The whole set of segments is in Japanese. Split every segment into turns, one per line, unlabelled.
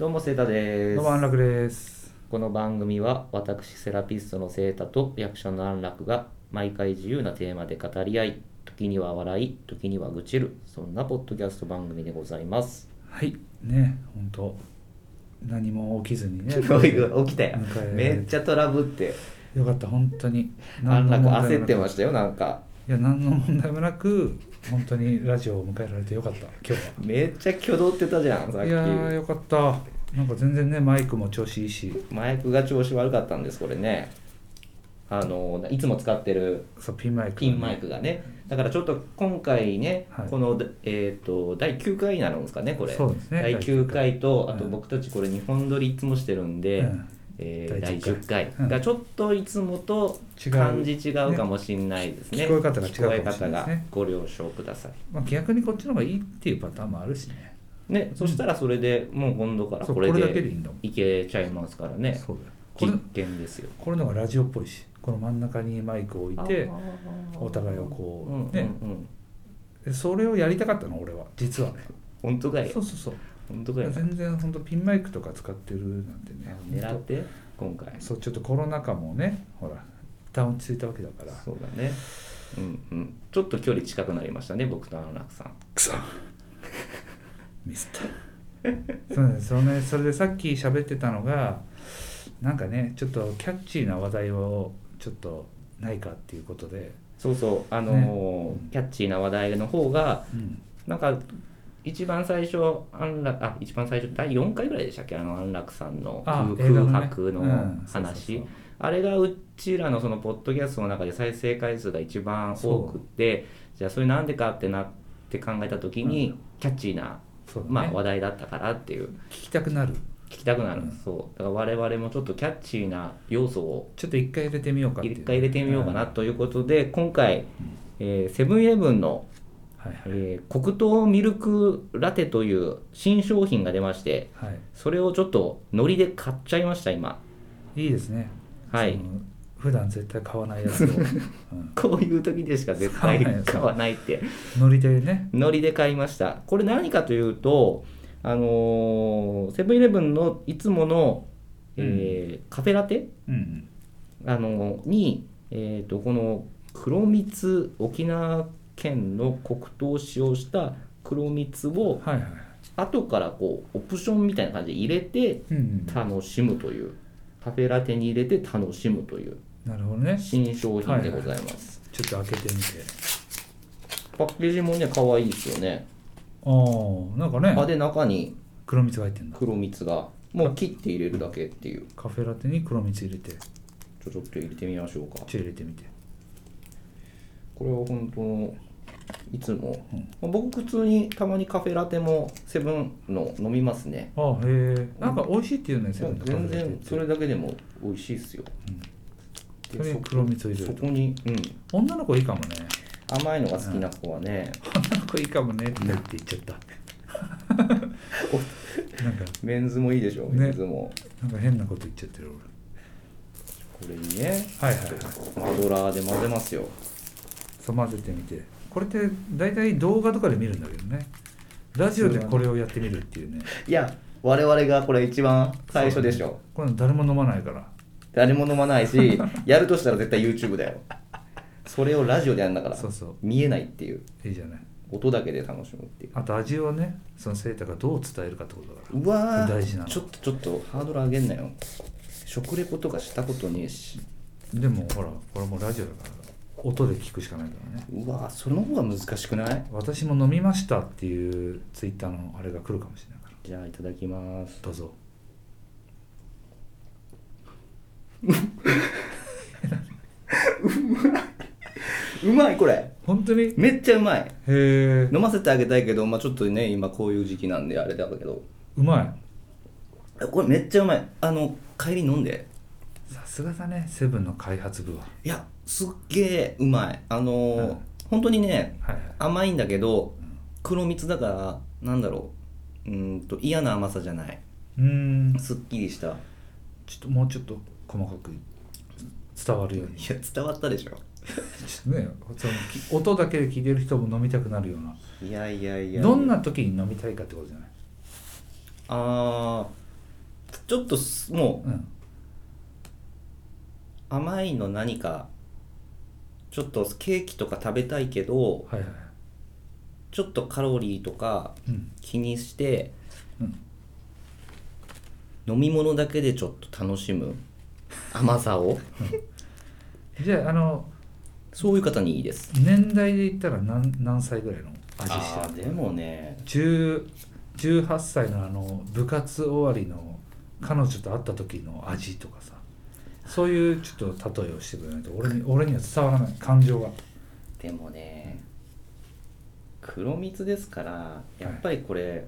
うもセータです
どうも安楽です。
この番組は私セラピストのセータと役者の安楽が毎回自由なテーマで語り合い時には笑い時には愚痴るそんなポッドキャスト番組でございます
はい、ね、本当何も起きず にね。
起きたよ
なんか
めっちゃトラブって
よかった、本当に。
安楽焦って
す。
ましたよなんか
いや、何の問題もなく、本当にラジオを迎えられてよかった、今日は。
めっちゃ挙動ってたじゃんさっ
いやー、
き
よかった。なんか全然ね、マイクも調子いいし、
マイクが調子悪かったんですこれねあのいつも使ってる
そう、ピンマイク、
ピンマイク。がねだからちょっと今回ね、
はい
この、えー、と第9回になるんですかねこれ
そうですね
第9回と
第9回
あと僕たちこれ2本撮りいつもしてるんで、
うん
えー第
第
10
10
回
回
がちょっといつもと
違う
感じ違うかもしれないですね
ね聞こえ方が違うかもしれないで
聞こ
すね
え方がご了承ください
まあ、逆にこっちの方がいいっていうパターンもあるしね。
ねそしたらそれでもう今度から
そう
これ
これだけでいいん
で
だもん
いけちゃいますからね
そうだよ。これ
実、験ですよ
これの方がラジオっぽいし、この真ん中にマイクを置いて、
あー
お互いをこう
うんうん
ね
うん
でそれをやりたかったの、俺は、実はね。
本当かよ
そうそうそう。
本当かよ
全然本当ピンマイクとか使ってるなんてね
狙っ
本
て今回
当そうちょっとコロナ禍もねほら一旦落ち着いたわけだから
そうだね。うんうん。ちょっと距離近くなりましたね、僕と安楽さん。
くそミスった そうなんですよねそれでさっき喋ってたのがなんかねちょっとキャッチーな話題をちょっとないかっていうことで、
そうそう、あのー
ね
キャッチーな話題の方が、
うん、
なんか、一番最初、安楽、あ、一番最初、第4回ぐらいでしたっけ、あの安楽さんの
あ
空
映画のね
空白の
うんそうそうそ
話。
う
あれがうちらのそのポッドキャストの中で再生回数が一番多くて、じゃあそれなんでかってなって考えた時に、キャッチーな、
そうだね
まあ話題だったからっていう、
聞きたくなる
聞きたくなる、
うん
そう。だから我々もちょっとキャッチーな要素を
ちょっと一回入れてみようかっていう
一回入れてみようかなということで、今回えーセブンイレブンの、
はいはい
えー黒糖ミルクラテという新商品が出まして
は
それをちょっとノリで買っちゃいました今
いいいですね
はい
その普段絶対買わないや つを、うん、
こういう時でしか絶対買わないって
ノリでね
ノリで買いましたこれ何かというとあのーセブンイレブンのいつもの、えーカフェラテ
うん
あのに、えー、とこの黒蜜沖縄県の黒糖を使用した黒蜜
うん、
を
はいはいはい、
後からこうオプションみたいな感じで入れて
うんうん、
楽しむというカフェラテに入れて楽しむという
なるほどね
新商品でございます、
ちょっと開けてみて
パッケージもね可愛いですよね
ああなんか
あ
ね
で中に
黒蜜が入ってんだ
黒蜜がもう切って入れるだけっていう
カフェラテに黒蜜入れて
ちょちょっと入れてみましょうか
ちょい入れてみて
これは本当のいつも、
うん
まあ僕普通にたまにカフェラテもセブンの飲みますね
ああへえなんか美味しいっていうねセブンのカフ
全
ェラテっ
然
て
それだけでも美味しいですよ、
そ
で
れ
そ
に黒蜜を入れ
そ
る
ことに、うん、
女の子いいかもね
甘いのが好きな子はね、
女の子いいかもねって言って言っちゃ ったなんか
メンズもいいでしょ
ね
メンズも、
なんか変なこと言っちゃってる
これにね
俺はいはいはい
マドラーで混ぜますよ
そう混ぜてみてこれって大体動画とかで見るんだけどねラジオでこれをやってみるっていうね
いや我々がこれ一番最初でしょ
これ誰も飲まないから
誰も飲まないし やるとしたら絶対 YouTube だよそれをラジオでやるんだから
そうそう
見えないっていう
いいじゃない
音だけで楽しむっていう
あと味をねその生太がどう伝えるかってことだから
うわー
大事なの
ちょっとちょっとハードル上げんなよ食レポとかしたことねえし
でもほらこれもうラジオだから音で聞くしかないからね
うわーその方が難しくない
私も飲みましたっていうツイッターのあれが来るかもしれないから
じゃあいただきます
どうぞ
うまいこれ
本当にへ
めっちゃうまい
え
飲ませてあげたいけどまあちょっとね今こういう時期なんであれだけど
うまい
これめっちゃうまいあの帰り飲んで
さすがだねセブンの開発部はい
やすっげえうまいあのー
うん
本当にね
はいはい
甘いんだけど黒蜜だからなんだろううーんと嫌な甘さじゃないう
ーん
すっきりした
ちょっともうちょっと細かく伝わるように
いや伝わったでしょ
ちょっとねそのき音だけで聞いてる人も飲みたくなるようない
やいやいや
どんな時に飲みたいかってことじゃない
あちょっとすも
うん
う甘いの何かちょっとケーキとか食べたいけど
はいはい
ちょっとカロリーとか
うん
気にして
うん
飲み物だけでちょっと楽しむ甘さを
じゃああの
そういう方にいいです
年代で言ったら何何歳ぐらいの味して
あ
る
ーでもね
10 18歳のあの部活終わりの彼女と会った時の味とかさそういうちょっと例えをしてくれないと俺に俺には伝わらない感情が
でもね黒蜜ですからやっぱりこれ、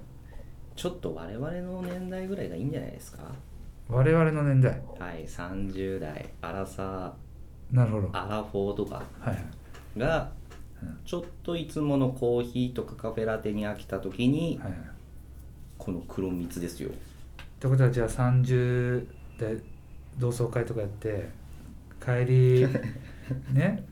ちょっと我々の年代ぐらいがいいんじゃないですか
我々の年代
はい30代アラサ
なるほど
ーアラフォーとか
はいはい
が
うん
ちょっといつものコーヒーとかカフェラテに飽きた時に
はいはい
この黒蜜ですよ
ってことはじゃあ30で同窓会とかやって 帰りね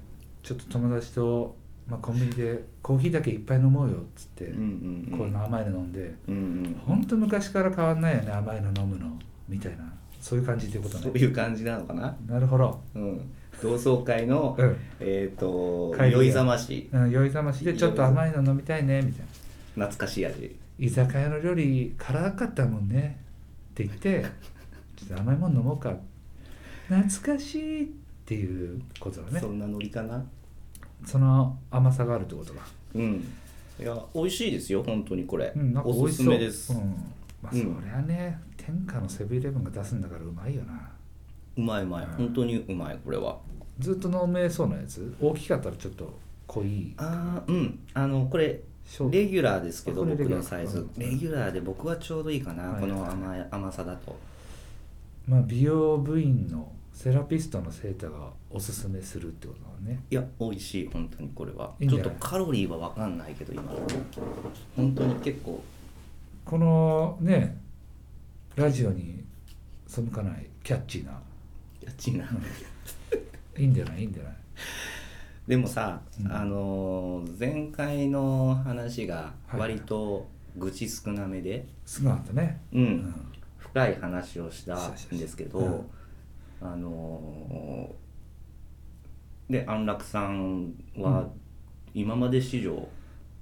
ちょっと友達と、まあ、コンビニでコーヒーだけいっぱい飲もうよっつって、
うんうん
こ
う
うんいうの甘いの飲んで
うんうん
ほんと昔から変わんないよね甘いの飲むのみたいなそういう感じっていうこと
そう
ね
いう感じなのかな
なるほど
うん同窓会の
うん
えっ、と
帰り
酔いざまし
うん酔い覚ましでちょっと甘いの飲みたいねみたいな
懐かしい味
居酒屋の料理辛かったもんねって 言ってちょっと甘いもん飲もうか懐かしいっていうことだね
そんなノリかな
その甘さがあるってことだ、
うんいや美味しいですよ本当にこれ、
うん、なんか美
お
味
す
し
す
そう
めです、
う
うん
まあ、そ
うん
りゃね、天下のセブンイレブンが出すんだからうまいよな
まいうまい
うん
本当にうまいこれは
ずっと飲めそうなやつ大きかったらちょっと濃い
あーうんあのこれ
ショート
レギュラーですけど
これ
僕
レギュラー
のサイズ
うん
レギュラーで僕はちょうどいいかな、
はい
この甘い甘さだと
まあ、美容部員のセラピストのセーターがおすすめするってことだね
いや美味しい本当にこれはい
いん
ち
じゃ
ょっ
ない
とカロリーは分かんないけど今本当に結構
このねラジオに背かないキャッチーな
やっちいな、
いいんじゃないいいんじゃない
でもさ、
うん
あのー前回の話が
はい
割と愚痴少なめで、
すごかったね
う、
うんん
深い話をしたんですけど、
そうそうそう
あのーで安楽さんは今まで史上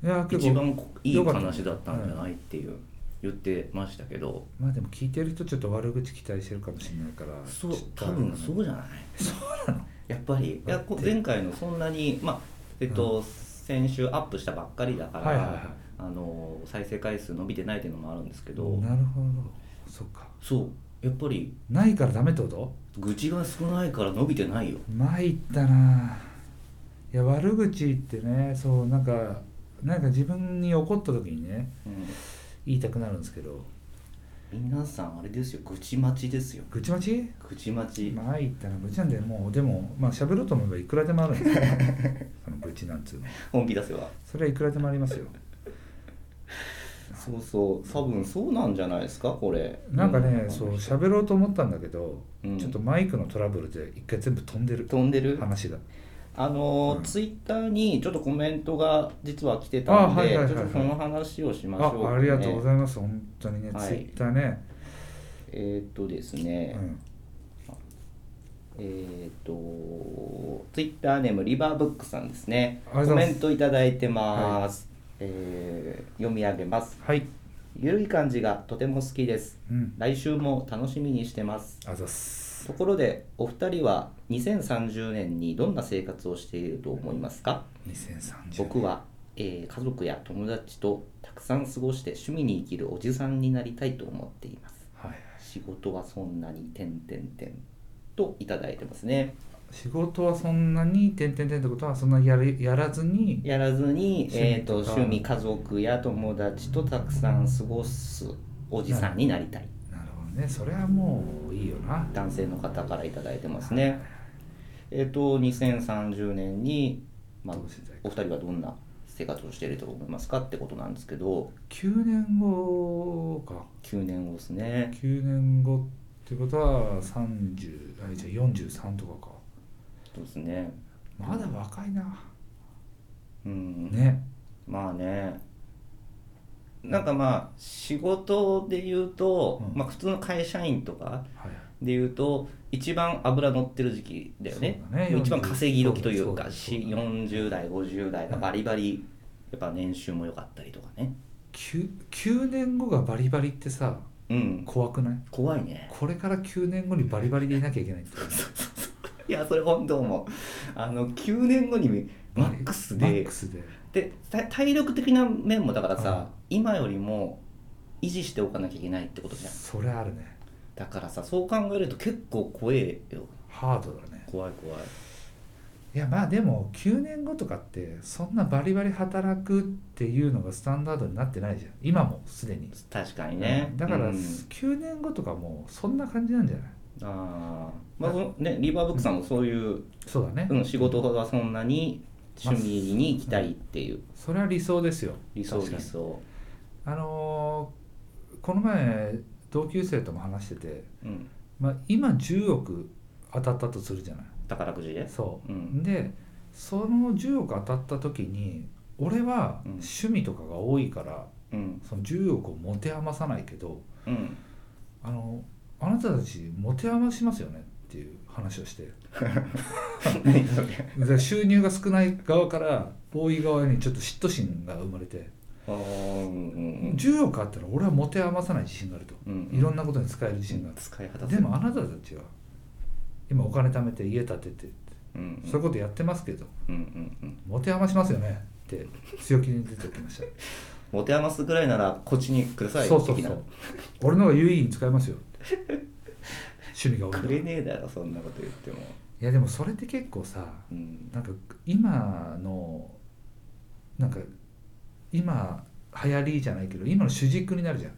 いや結構
一番こいい
よかった
話だったんじゃないっていう言ってましたけど、
まあでも聞いてる人ちょっと悪口期待してるかもしれないから
そう
ちょっと
多分 そうじゃない
そうなの
やっぱりいやこ
だって
前回のそんなにまあえっと、先週アップしたばっかりだから、
はいはいはい
あの再生回数伸びてないっていうのもあるんですけど、
なるほどそっか
そうやっぱり
ないからダメってこと
愚痴が少ないから伸びてないよ
参ったないや悪口ってねそうなんかなんか自分に怒った時にね
うん
言いたくなるんですけど
皆さんあれですよ愚痴待ちですよ
愚痴待ち
愚痴待ち、
参ったな愚痴なんでもうでもまあ喋ろうと思えばいくらでもあるんです よその愚痴なんつうの
本気出せば
それはいくらでもありますよ
そうそう多分そうなんじゃないですかこれ
なんかね、
う
そう喋ろうと思ったんだけど、
うん
ちょっとマイクのトラブルで一回全部飛んでる
飛んでる
話が
あのー
うん
ツイッターにちょっとコメントが実は来てたの
あはい
で
はいはい
ち
はい
ょっとその話をしましょう
あありがとうご
います
ざいます本当にね、
はい
ツイッターね、
えーっとです
う
ね、
ん、
えーっとツイッターネームリバーブックさんですねコ
ありがとうござ
メ
います
ントいただいてます、えー読み上げます
はい、
ゆるい感じがとても好きです
うん、
来週も楽しみにしてます
あざっす
ところでお二人は2030年にどんな生活をしていると思いますか
2030
僕は、えー家族や友達とたくさん過ごして趣味に生きるおじさんになりたいと思っています
はいはい
仕事はそんなに点点点といただいてますね
仕事はそんなに点々点ってことはそんなやりやらずに
やらずに、
趣味
えー、と
とか
趣味家族や友達とたくさん過ごすおじさんになりたい
なるほどねそれはもういいよな
男性の方からいただいてますねえっ、と2030年に、まあ
どうしてだい
お二人はどんな生活をしていると思いますかってことなんですけど
9年後か
9年後ですね
9年後ってことは30あじゃあ43とかか
そうですね
まだ若いな
うん
ね
まあねなんかまあ仕事で言うと、
うん
まあ、普通の会社員とか
はい
で言うと一番脂乗ってる時期だよね
そうだね
もう一番稼ぎ時というか
そうだ
し
そうだ
40代50代がバリバリやっぱ年収も良かったりとかね
9, 9年後がバリバリってさ
うん
怖くない
怖いね
これから9年後にバリバリでいなきゃいけないってこと
いやそれ本当もうあの9年後に マックス
マッ
で
クスで
でた体力的な面もだからさ、今よりも維持しておかなきゃいけないってことじゃん
それあるね
だからさそう考えると結構怖えよ
ハードだね
怖い怖い
いやまあでも9年後とかってそんなバリバリ働くっていうのがスタンダードになってないじゃん今もすでに、
確かにね
だから
うん
9年後とかもうそんな感じなんじゃない
あーまあそのねリバーブックさんもそういう、
そうだね、
うん、仕事がそんなに趣味に行きたいっていう
それは理想ですよ
理想
確か
理
に
想
あのーこの前同級生とも話してて、
うん
まあ、今10億当たったとするじゃない
宝くじで
そう、
うん
でその10億当たった時に俺は
うん
趣味とかが多いから、
うん
その10億を持て余さないけど
うん
あのあなたたち持て余しますよねっていう話をして
何それ
で収入が少ない側からボーイ側にちょっと嫉妬心が生まれて、
あー うんうん
10億あったら俺は持て余さない自信があると、
うん
いろんなことに使える自信がある
使い果たせ
で
る
もあなたたちは今お金貯めて家建ててって
うんうん
そういうことやってますけど
うんうんうん
持て余しますよねって強気に出てきまし
持て余すぐらいならこっちにくだ
た
さい
そうそう
的
そ
な
う俺の方が有意義に使えますよって趣味が多いか
く
ら
れ
い
ねえだろそんなこと言っても
やでもそれって結構さ
うん
なんか今のなんか今流行りじゃないけど今の主軸になるじゃん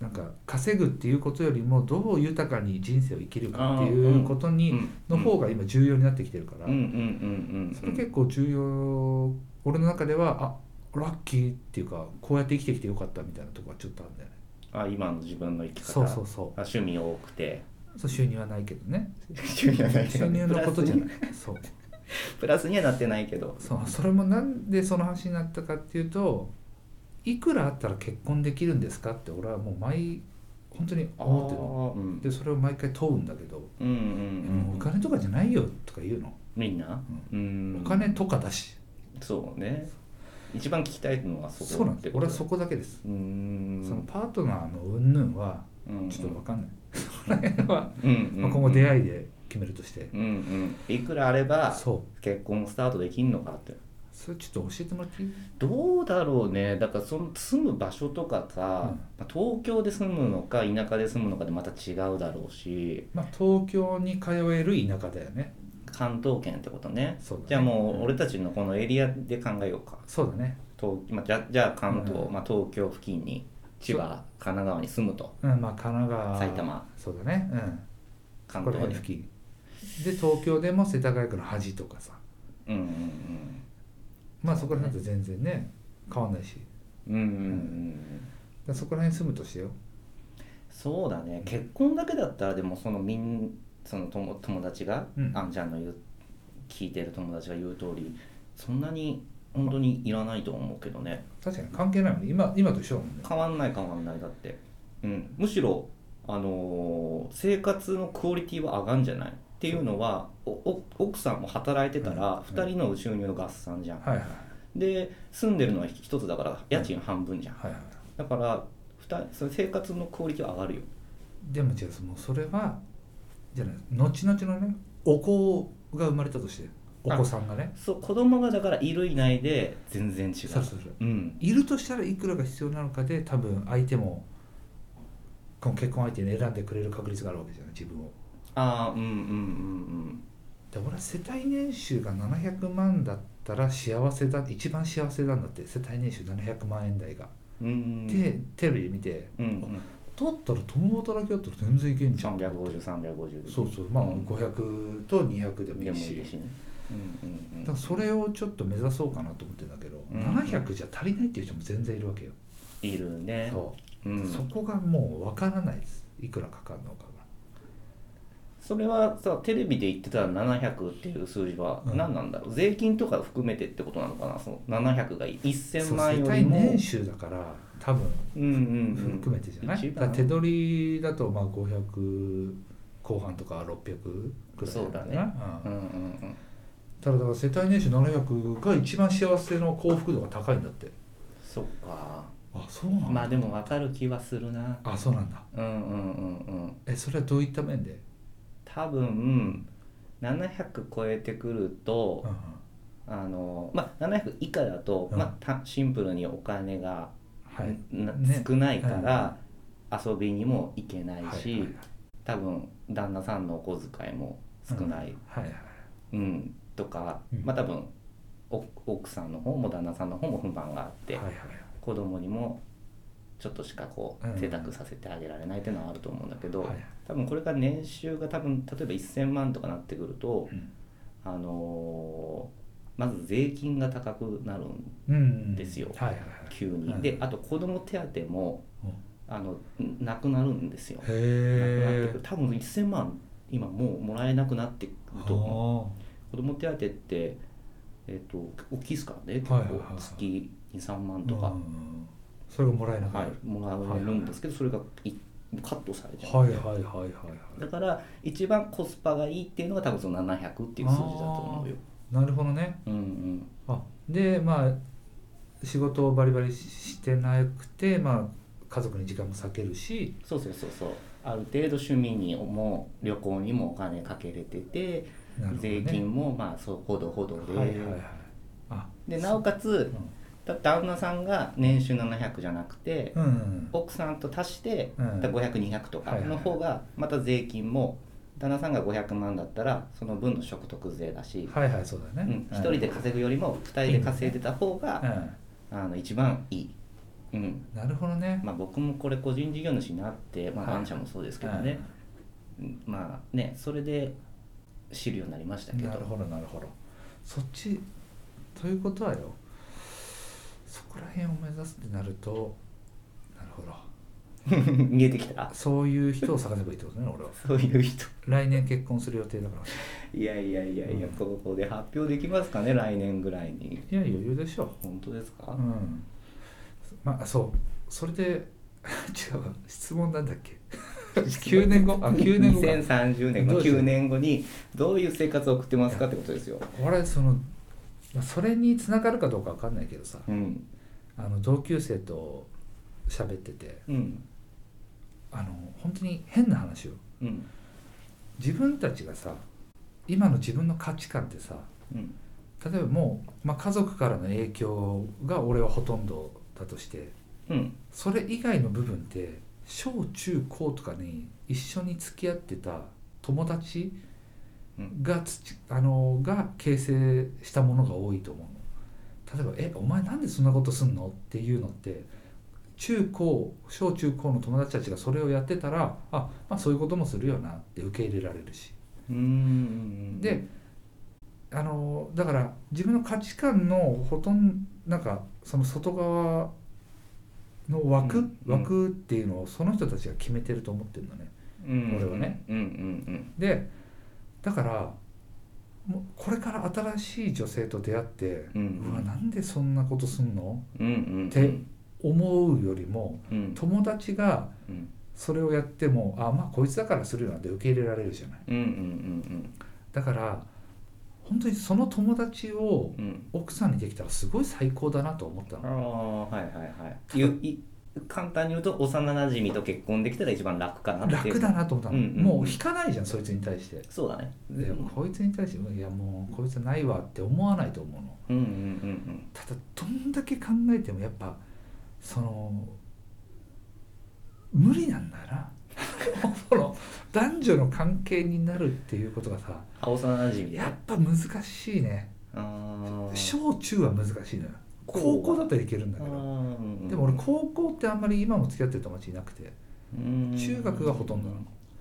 なんか稼ぐっていうことよりもどう豊かに人生を生きるかっていうことに、の方
が
が今重要になってきてるから、
うんうんうんうん
それ結構重要俺の中ではあラッキーっていうかこうやって生きてきてよかったみたいなとこがちょっとあるんだよね
あ今の自分の生き方
そうそうそ
あ趣味多くて
うそう収入はないけどね
収入はないけど
収
ね
入のことじゃな
プラスに
いそう
プラスにはなってないけど
そうそれもなんでその話になったかっていうといくらあったら結婚できるんですかって俺はもう毎本当に思ってるの
あーうん
でそれを毎回問うんだけど、
うんうんう
もうんお金とかじゃないよとか言うの、
みんなうん
お金とかだし
そうね一番聞きたいのはそこ
そうなん
って
です
こと
俺はそこだけです、
うーん
そのパートナーの云々は
うん
ちょっと分かんない、その辺は、
うんうん
まあ、今後出会いで決めるとして、
うんうんいくらあれば
そう
結婚スタートできんのかって
それちょっと教えてもらっていい
どうだろうねだからその住む場所とかさ、まあ東京で住むのか田舎で住むのかでまた違うだろうし
まあ東京に通える田舎だよね
関東圏ってことね
そうだね
じゃあもう俺たちのこのエリアで考えようか
そうだね、
東、まあ、じゃじゃあ関東、
うん
まあ、東京付近に千葉神奈川に住むと
うん、まあ神奈川
埼玉
そうだねうん
関
これ
東に
辺付近で東京でも世田谷区の端とかさ
うんうん
まあそこら辺と全然ね変わんないしだか
うんうんうんうん
らそこら辺住むとしてよ
そうだね結婚だけだったらでもそのみんその友友達が、
うん
あんちゃんの言う聞いてる友達が言う通りそんなに本当にいらないと思うけどね
確かに関係ないもんね今今と一緒だもんね
変わんない変わんないだって、うん、むしろ、あのー生活のクオリティは上がんじゃないっていうのはおお奥さんも働いてたら
うん
2人の収入の合算じゃん、
はいはい
で住んでるのは1つだから家賃半分じゃん、
はいはい
だから二人その生活のクオリティは上がるよ
でも違うもうそれはじゃない後々のねお子が生まれたとしてお子さんがね
そう子供がだからいるいないで全然違う
そうそうそう
うん
いるとしたらいくらが必要なのかで多分相手もこの結婚相手に選んでくれる確率があるわけじゃない自分を
ああうんうんうん
で俺は世帯年収が700万だったら幸せだ一番幸せなんだって世帯年収700万円台が、
うんうん
でテレビ見て
うんうん
取ったら共働きだったら全然いけんじゃん
350350で
そうそうまあ
うん
500と200でもい
で
い
も
し
いいしねうんうんうん
だからそれをちょっと目指そうかなと思ってんだけど、
うん
700じゃ足りないっていう人も全然いるわけよ、
いるね、
そう
ん、
そこがもうわからないですいくらかかるのかが
それはさテレビで言ってた700っていう数字は
うん
何なんだろう、税金とか含めてってことなのかなその700が1000
そう
万円
世
より
帯
も
年収だから多分
うんうんうん
含めてじゃない、
一
だから
番
手取りだとまあ500後半とか600くらい
そうだね
な
う
うんん
うんうん
ただだから世帯年収700が一番幸せの幸福度が高いんだって
そっか
あそうなんだ、
まあでも分かる気はするな
あそうなんだ
うんうんうんうん
えそれはどういった面で、
多分700超えてくると、
うんうん
あのまあ、700以下だと、
うん
まあた、シンプルにお金が、
はい
な
ね
少ないから、遊びにも行けないし、
はいはい
多分旦那さんのお小遣いも少ない、
はいはい
うんとか、
うん
まあ、多分お奥さんの方も旦那さんの方も不満があって、
はいはい
子供にもちょっとしかこ
うん
う贅沢させてあげられないっていうのはあると思うんだけど、
はい
多分これから年収が多分例えば1,000万とかなってくると、
うん
あのーまず税金が高くなるん
うん
ですよ
はいはいはい
急に、
うん
であと子供手当も
うん
あのんなくなるんですよ
へ
なくなってく
え
る多分1,000万今もうもらえなくなってくると思う子供手当って、えっと大きいですからね結
はいはい
構
はいはい
月23万とか、
それがもらえなくな
は
る、
い、もらえるんですけど、それがいカットされちゃう、
はい、はいはいはいはい
だから一番コスパがいいっていうのが多分その700っていう数字だと思うよ、
なるほどね
うんうん、
あでまあ仕事をバリバリしてなくてまあ家族に時間も割けるし
そうそうそうそうある程度趣味にも旅行にもお金かけれてて、
なるほど
税
ね
金もまあそうほどほどで、
はいはいはいあ
でなおかつだ旦那さんが年収700じゃなくて、
うん、うん、
奥さんと足して、
うん
だ500200とか
はいはい
の方がまた税金も旦那さんが500万だったらその分の所得税だし、
はいはいそうだ
う
ね
ん、1人で稼ぐよりも2人で稼いでた方
う
が、
ん
あの一番いい、うん
なるほどね
まあ、僕もこれ個人事業主になって、まあ、
はい
ワンちゃんもそうですけどね、うんまあねそれで知るようになりましたけど
なるほどなるほどそっちということはよそこら辺を目指すってなるとなるほど
見えてきた
そういう人を探せばいいってことね俺は
そういう人
来年結婚する予定だから
いやいやいやいや、
うん
ここで発表できますかね来年ぐらいに
いや余裕でしょう
本当ですか、
うん、まあそうそれで 違うわ質問なんだっ け9年 後あ9年後か
2030年
ど
後
うしよう
9年後にどういう生活を送ってますかってことですよ、
俺そのまあそれにつながるかどうかわかんないけどさ
うん、
あの同級生と喋ってて
うん
あの本当に変な話を
うん
自分たちがさ今の自分の価値観ってさ
うん
例えばもう、まあ、家族からの影響が俺はほとんどだとして
うん
それ以外の部分って小中高とかに一緒に付き合ってた友達が土あのが形成したものが多いと思うの例えば「えお前なんでそんなことすんの?」っていうのって中高小中高の友達たちがそれをやってたらあまあそういうこともするよなって受け入れられるし
うんうん
であのだから自分の価値観のほとんどなんかその外側の枠、
うんうん
枠っていうのをその人たちが決めてると思ってるのね
うん
俺はね
うんうん
でだからもうこれから新しい女性と出会って、
うん
うわなんでそんなことすんの
うんうんうん
て思うよりも
うん
友達が
うん
それをやってもあまあこいつだからするよなんて受け入れられるじゃない
うんうん
だから本当にその友達を
うんうん
奥さんにできたらすごい最高だなと思った
あ
の
あはいはいはいゆい簡単に言うと幼なじみと結婚できたら一番楽かなっていう
楽だなと思ったの、
うんうんうん
もう引かないじゃんそいつに対して
そうだね
でこいつに対していやもうこいつはないわって思わないと思うの
うんうんうん
ただどんだけ考えてもやっぱその無理なんだな その男女の関係になるっていうことがさ
あ幼なじみで
やっぱ難しいね
あー
小中は難しいのよ高校だったらいけるんだ
あ
け
ー
ど
うんうん
でも俺高校ってあんまり今も付き合ってる友達いなくて
うん
中学がほとんどな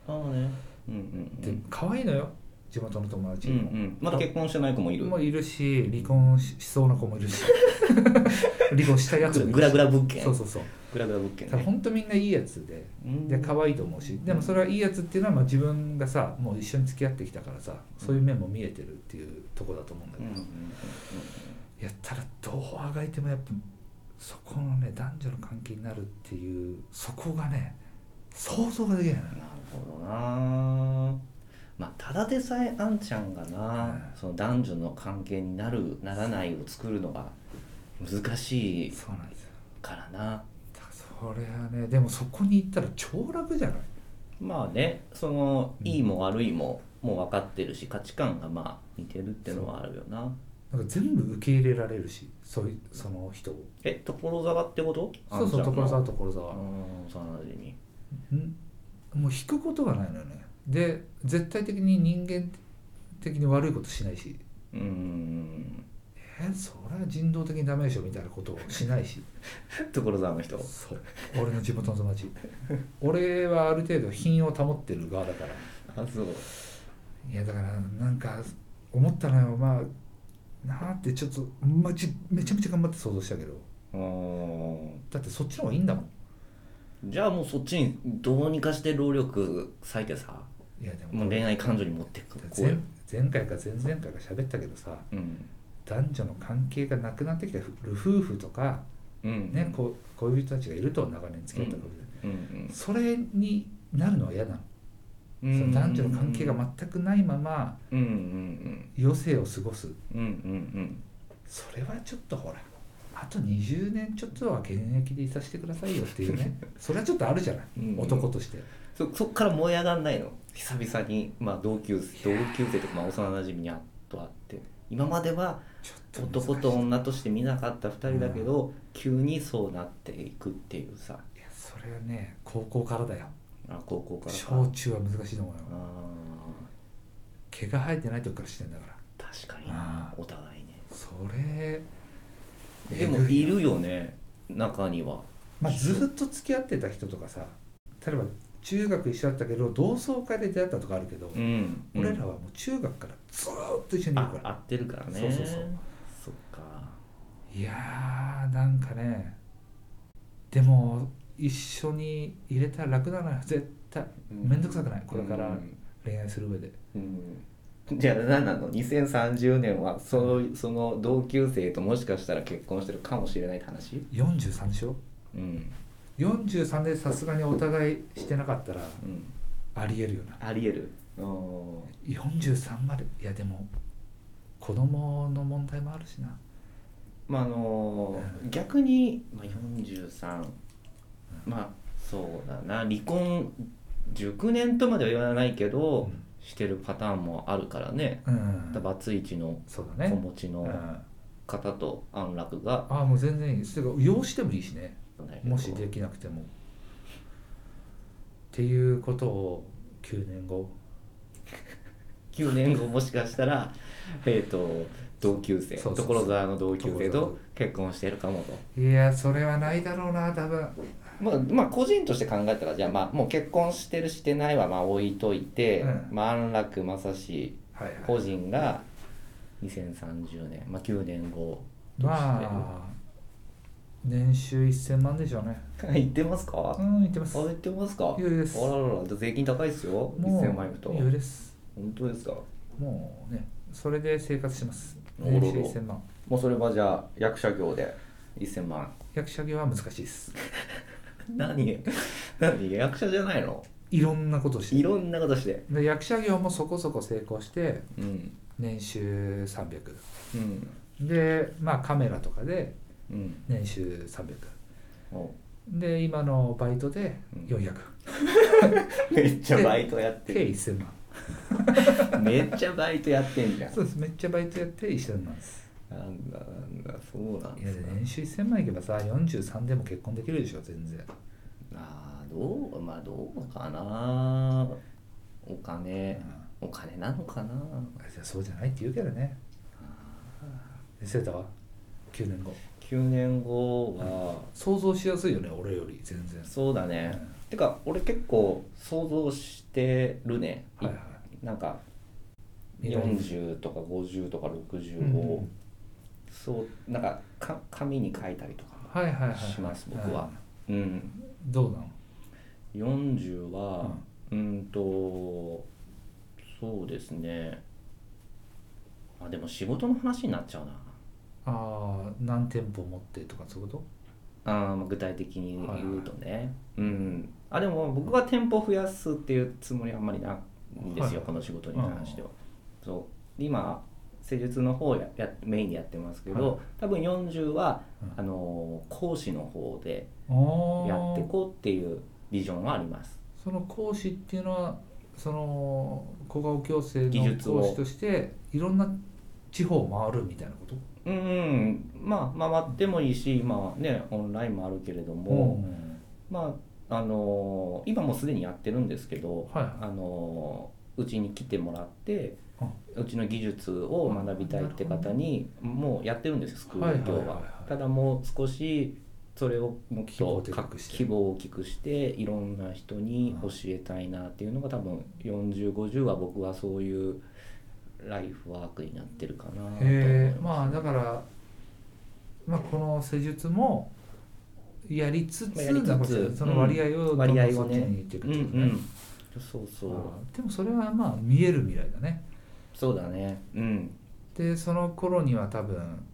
の
ああねうんうんう
で
ん
可愛いのよ地元の友達
うんう
にも、
んまだ結婚してない子もいる
もういるし離婚ししそうな子も いるし離婚したやつもいるし
グラグラ物件
そうそうそう
グラグラ物件
ただ
ね
本当みんないいやつで
うん
で可愛いと思うしでもそれはいいやつっていうのはまあ自分がさもう一緒に付き合ってきたからさそういう面も見えてるっていうとこだと思うんだ
う
け
ん
ど、
うんうんうん
やったらどうあがいてもやっぱそこのね男女の関係になるっていうそこがね想像ができないのよ
なるほどなまあただでさえあんちゃんがな
う
その男女の関係になるならないを作るのが難しい
そうなんですよ
からな
だからそれはねでもそこに行ったら超楽じゃない
まあねその
うん
いいも悪いももう分かってるし価値観がまあ似てるってのはあるよな
なんか全部受け入れられるしそういうその人を
え所沢ってこと
そうそう所沢
と
所
う
沢
ん幼馴染に
んもう引くことがないのよねで絶対的に人間的に悪いことしないし
うー ん
えそれは人道的にダメでしょみたいなことをしないし
所沢の人
そう俺の地元の友達俺はある程度品を保ってる側だから
あそう
いやだからなんか思ったのよまあなあってちょっとまじめちゃめちゃ頑張って想像したけど
うーん
だってそっちの方がいいんだもん
じゃあもうそっちにどうにかして労力割いてさ
いやでも
もう恋愛感情に持っていくこう
前前回か前々回か喋ったけどさ
うん
男女の関係がなくなってきた夫婦とか、
うん
ね、こうこういう人たちがいると長年付き合ったことで、
うん
それになるのは嫌なの,、
うん
その男女の関係が全くないまま
うんうん
余生を過ごす
うんうんうん
それはちょっとほらあと20年ちょっとは現役でいさせてくださいよってい うねそれはちょっとあるじゃない、
うん
男として
そそっから燃え上がんないの久々に、まあ、同級生同級生とかまあ幼馴染にあっと会って今までは
ちょっと
男
難しい
と女として見なかった2人だけど、急にそうなっていくっていうさ
いやそれはね高校からだよ
あ高校からか
小中は難しいと思うよ
あ
毛が生えてない時からしてんだから
ー確かになお互いね
それ
でもいるよね中には
まあ、ずっと付き合ってた人とかさ例えば中学一緒だったけど同窓会で出会ったとかあるけど、
うん
俺
うん
らはもう中学からずーっと一緒にいる
あ
か
合
ら
ってるからね
そうそうそう
そっか
いやーなんかねでも一緒に入れたら楽なのよ絶対面倒くさくないこれから恋愛する上で、
うんじゃあ何なの2030年はそうその同級生ともしかしたら結婚してるかもしれないって話
43でしょ
うん、
43でさすがにお互いしてなかったら
うん、
ありえるよな
ありえるおー
43までいやでも子供の問題もあるしな
まああのー逆に、まあ、43まあそうだな離婚熟年とまでは言わないけど、
うん
してるパターンもあるからね
うん
バツイチの
そうだ
子
ね
持ち
う
の
んあ
方と安楽が、
あもう全然いいですてか養子でもいいしねもし
で
できなくてもっていうことを9年後
9年後もしかした らえーと同級生
そうそうそう
所沢の同級生
所沢
と結婚してるかもと
いやそれはないだろうな多分
まあ、まあ個人として考えたらじゃあ、まあ、もう結婚してるしてないはまあ置いといて、
うん
まあ、安楽正史
はい
個
はい
人が2030年、まあ、9年後として、
まあ年収1000万でしょうね
言ってますか、
う
あ
ん言ってます
言ってますか
余裕です
あらららじゃあ税金高いですよ
もう
1000万円と
余裕です
本当ですか
もうねそれで生活します
おろ
年
ろ
収1000万
もうそれはじゃあ役者業で1000万
役者業は難しいです
何何役者じゃないの
いろんなことをして
いろんな形で、
で役者業もそこそこ成功して
うん、
年収300
うん
でまあカメラとかで
うん
年収300
お
で今のバイトで
うん
400、
めっちゃバイトやって
計
る
1000 万
めっちゃバイトやってんじゃん
そうですめっちゃバイトやって1000万です
なんだなんだそうなん
いや
です
で
か
年収1000万いけばさ43でも結婚できるでしょ全然
ああどうまあどうかなお金お金なのかな
あじゃあそうじゃないって言うけどねでセータは9年後
9年後は
想像しやすいよね俺より全然
そうだねてか俺結構想像してるね、
はいはい
なんか
偉い
40とか50とか
うん
60
う
を
ん
そうなんかか紙に書いたりとか
はいはいはいはい
します僕はうん
うんどうなの
40はうんとそうですねあでも仕事の話になっちゃうな
ああ何店舗持ってとかそういうこ
あーまあ具体的に言うとね、うんあでも僕は店舗増やすっていうつもりはあんまりないんですよ、
はい
この仕事に関しては、そう今施術の方ややメインでやってますけど、
は
多分40は、
うん
あのー講師の方で
とお
やってこうっていうビジョンはあります
その講師っていうのはその小顔矯正
技
の
術を
講師としていろんな地方を回るみたいなこと
うん、うん、まあ回ってもいいしまあねオンラインもあるけれども、まああのー今もすでにやってるんですけど、
はい
あのうちに来てもらって
あ
うちの技術を学びたいって方にもうやってるんですスクール今日
はいはいはい
は
はい
ただもう少しそれをもっ
規模を
と
でかくして
規模を大きくしていろんな人に教えたいなっていうのが多分4050は僕はそういうライフワークになってるかなと思
へえ
い
まあ
ます
だから、まあ、この施術もやりつつ
まあやりつつ
だからその割合をどん
割
どん
合
そ
を
っちに
ね
行っていく
うん
って
う
ことね、
んそうそう
あーでもそれはまあ見える未来だね
そうだねうん
でその頃には多分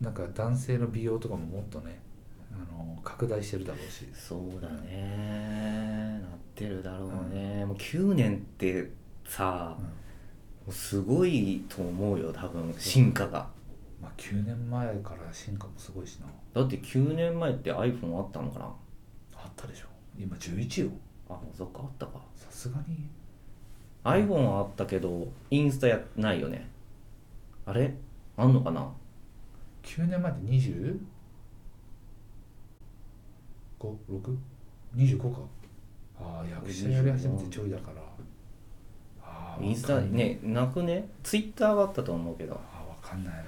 なんか男性の美容とかももっとねあの拡大してるだろうし
そうだねなってるだろうね、もう9年ってさ、
うん
もうすごいと思うよ多分進化が
まあ、9年前から進化もすごいしな
だって9年前って iPhone あったのかな
あったでしょ今11よ
あそっかあったか
さすがに
iPhone はあったけどインスタやないよねあれあんのかな
9年前って 25?6?25 かああ役者やり始めてちょいだからああ
インスタねなくね Twitter はあったと思うけど
ああ分かんないね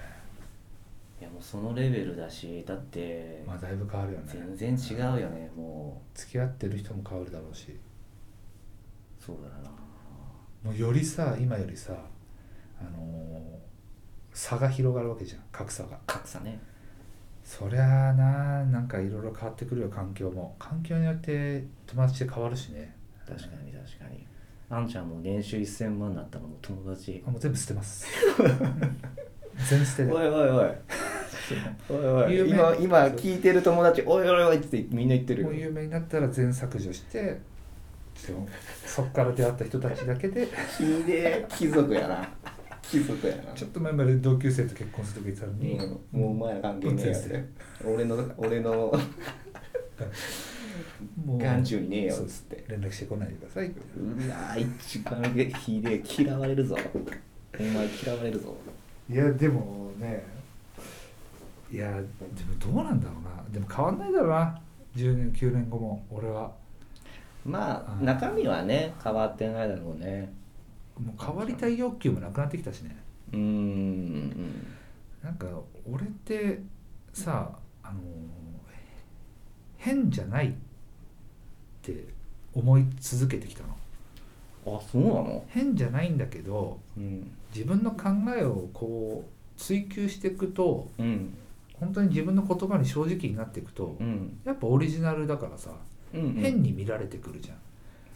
いやもうそのレベルだしだって
まあだいぶ変わるよね
全然違うよねも
付き合ってる人も変わるだろうし
うそうだな
もうよりさ今よりさあのー差が広がるわけじゃん格差が
格差ね
そりゃあななんかいろいろ変わってくるよ環境も環境によって友達って変わるしね
確かに確かにあんちゃんも年収1000万になったのも友達
あもう全部捨てます 全捨て
お
で
いおい おいおいお
有
い
名
今今聞いてる友達おいおいおいってみんな言ってる
も
よ
う有名になったら全削除してちょっとそっから出会った人たちだけで
ひでえ貴族やな貴族やな
ちょっと前まで同級生と結婚する時言ってたのに、
うんもうお前ら関係ねえやつ
どっちで
俺の俺の
もう
眼中にねえよ
そう
っ
で
つ
す
って
連絡してこないでくださいって
うわ一番ひでえ嫌われるぞお前嫌われるぞ
いやでもねいやでもどうなんだろうなでも変わんないだろうな10年9年後も俺は
ま
う
あ
ん
中身はね変わってないだろうね
もう変わりたい欲求もなくなってきたしね
うーん
なんか俺ってさあのー変じゃないって思い続けてきたの
あそうなの
変じゃないんだけど
うん
自分の考えをこう追求していくと
うん
本当に自分の言葉に正直になっていくと
うん
やっぱオリジナルだからさ
うんうん
変に見られてくるじゃん、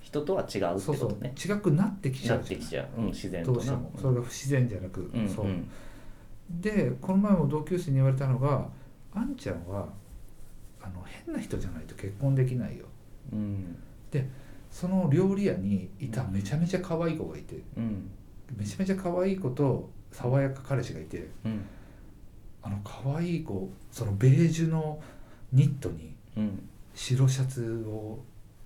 人とは違うって
そう
こ
そ
と
う
ね
違くなってきちゃ
なっ
うじ
て
ゃ
き
ん
ちゃう、うん、自然と
ど
な
うしてもそれが不自然じゃなく、
うん
そううんでこの前も同級生に言われたのが「あんちゃんはあの変な人じゃないと結婚できないよ
うん」
その料理屋にいためちゃめちゃ可愛い子がいて
うん
めちゃめちゃ可愛い子と爽やか彼氏がいて
うん
あの可愛い子そのベージュのニットに
うん
白シャツを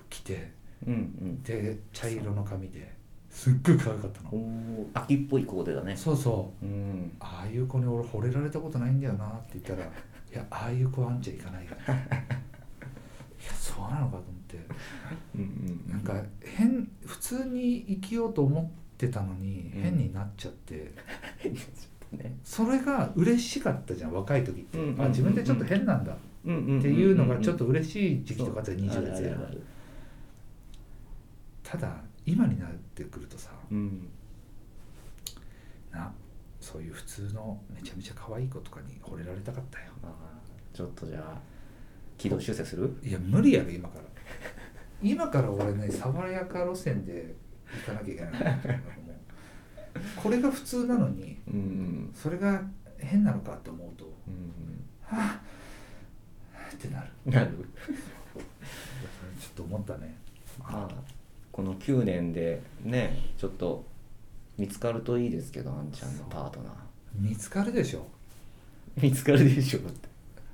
着て
うん
で茶色の髪ですっごい可愛かった
う
の
んおー秋っぽいコーデだね
そうそう
うん
ああいう子に俺惚れられたことないんだよなって言った ら「いやああいう子はあんちゃん行かないよ」いやそうなのかと思って
うんうん
なんか変普通に生きようと思ってたのに
うん
変になっちゃって、
ね
それが嬉しかったじゃん若い時って、
うんうんうんうん
あ自分でちょっと変なんだっ
うんうん
ていうのがちょっと嬉しい時期とかあったら20代
代
前半ただ今になってくるとさ
うん
そういう普通のめちゃめちゃ可愛い子とかに惚れられたかったよ
あーちょっとじゃあ軌道修正する
いや無理やろ今から今から俺ね爽やか路線で行かなきゃいけないなんかもうこれが普通なのに
うん
それが変なのかって思うと
うん
はぁってなる
うんなる
ちょっと思ったね
まあこの9年でねちょっと見つかるといいですけどあんちゃんのパートナー
見つかるでしょ
見つかるでしょって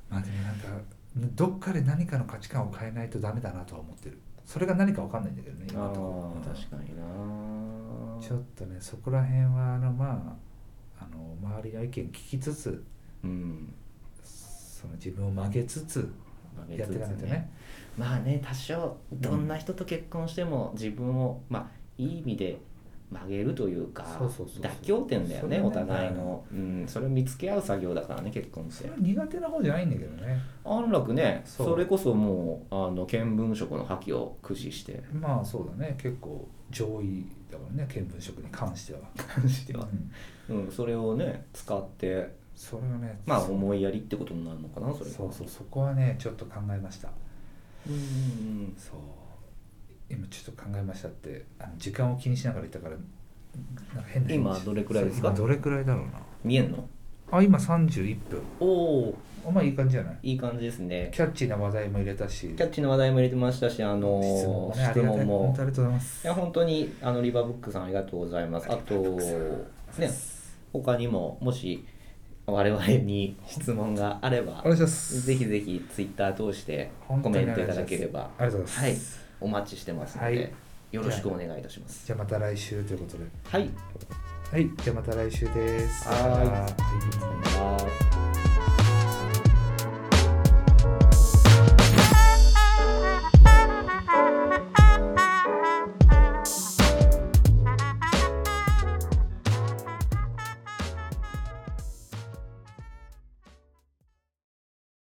まあでもなんかどっかで何かの価値観を変えないとダメだなとは思ってるそれが何かわかんないんだけどね
あ
今のとこ
あ
ろ
確かにな
ちょっとねそこら辺はあのまああの周りの意見聞きつつ
うん
その自分を曲げつつ
曲げ
や
つ
っ
つ
ていかないとね
まあね多少どんな人と結婚しても自分を、まあいい意味で曲げるというか
そうそうそうそう
妥協点だよね
それね
お互いの、うん、それを見つけ合う作業だからね結婚っ
そ
て
れは苦手な方じゃないんだけどね
安楽ね
そ
そうれこそもうあの見聞色の覇気を駆使して
まあそうだね結構上位だからね見聞色に関しては、
しては
う、ん
うん、それをね使って
それはね
まあ
そ
思いやりってことになるのかなそれは
そうそうそこはねちょっと考えました
うんうん
そう今ちょっと考えましたってあの時間を気にしながら言ったからなんか変な
今どれくらいですか
そう今どれくらいだろうな
うん見えんの
あ今31分
おお
あまあいい感じじゃない
いい感じですね
キャッチーな話題も入れたし
キャッチの話題も入れてましたしあの
質問もねあ
質
りが
問
たい本
も
当ありがとうございます
いや本当にあのリバブックさんありがとうございます。あとね他にももし我々に質問があれば
お願いします
ぜひぜひツイッター通して
本当
コ
に
メ
お願
ン
い
トいた
します
だければ
ありがとうございます、
はい、お待ちしてますので、
はい
よろしくお願いいたします。
じゃあまた来週ということで
はい。
はいじゃあまた来週です
はーい
さよなら
あー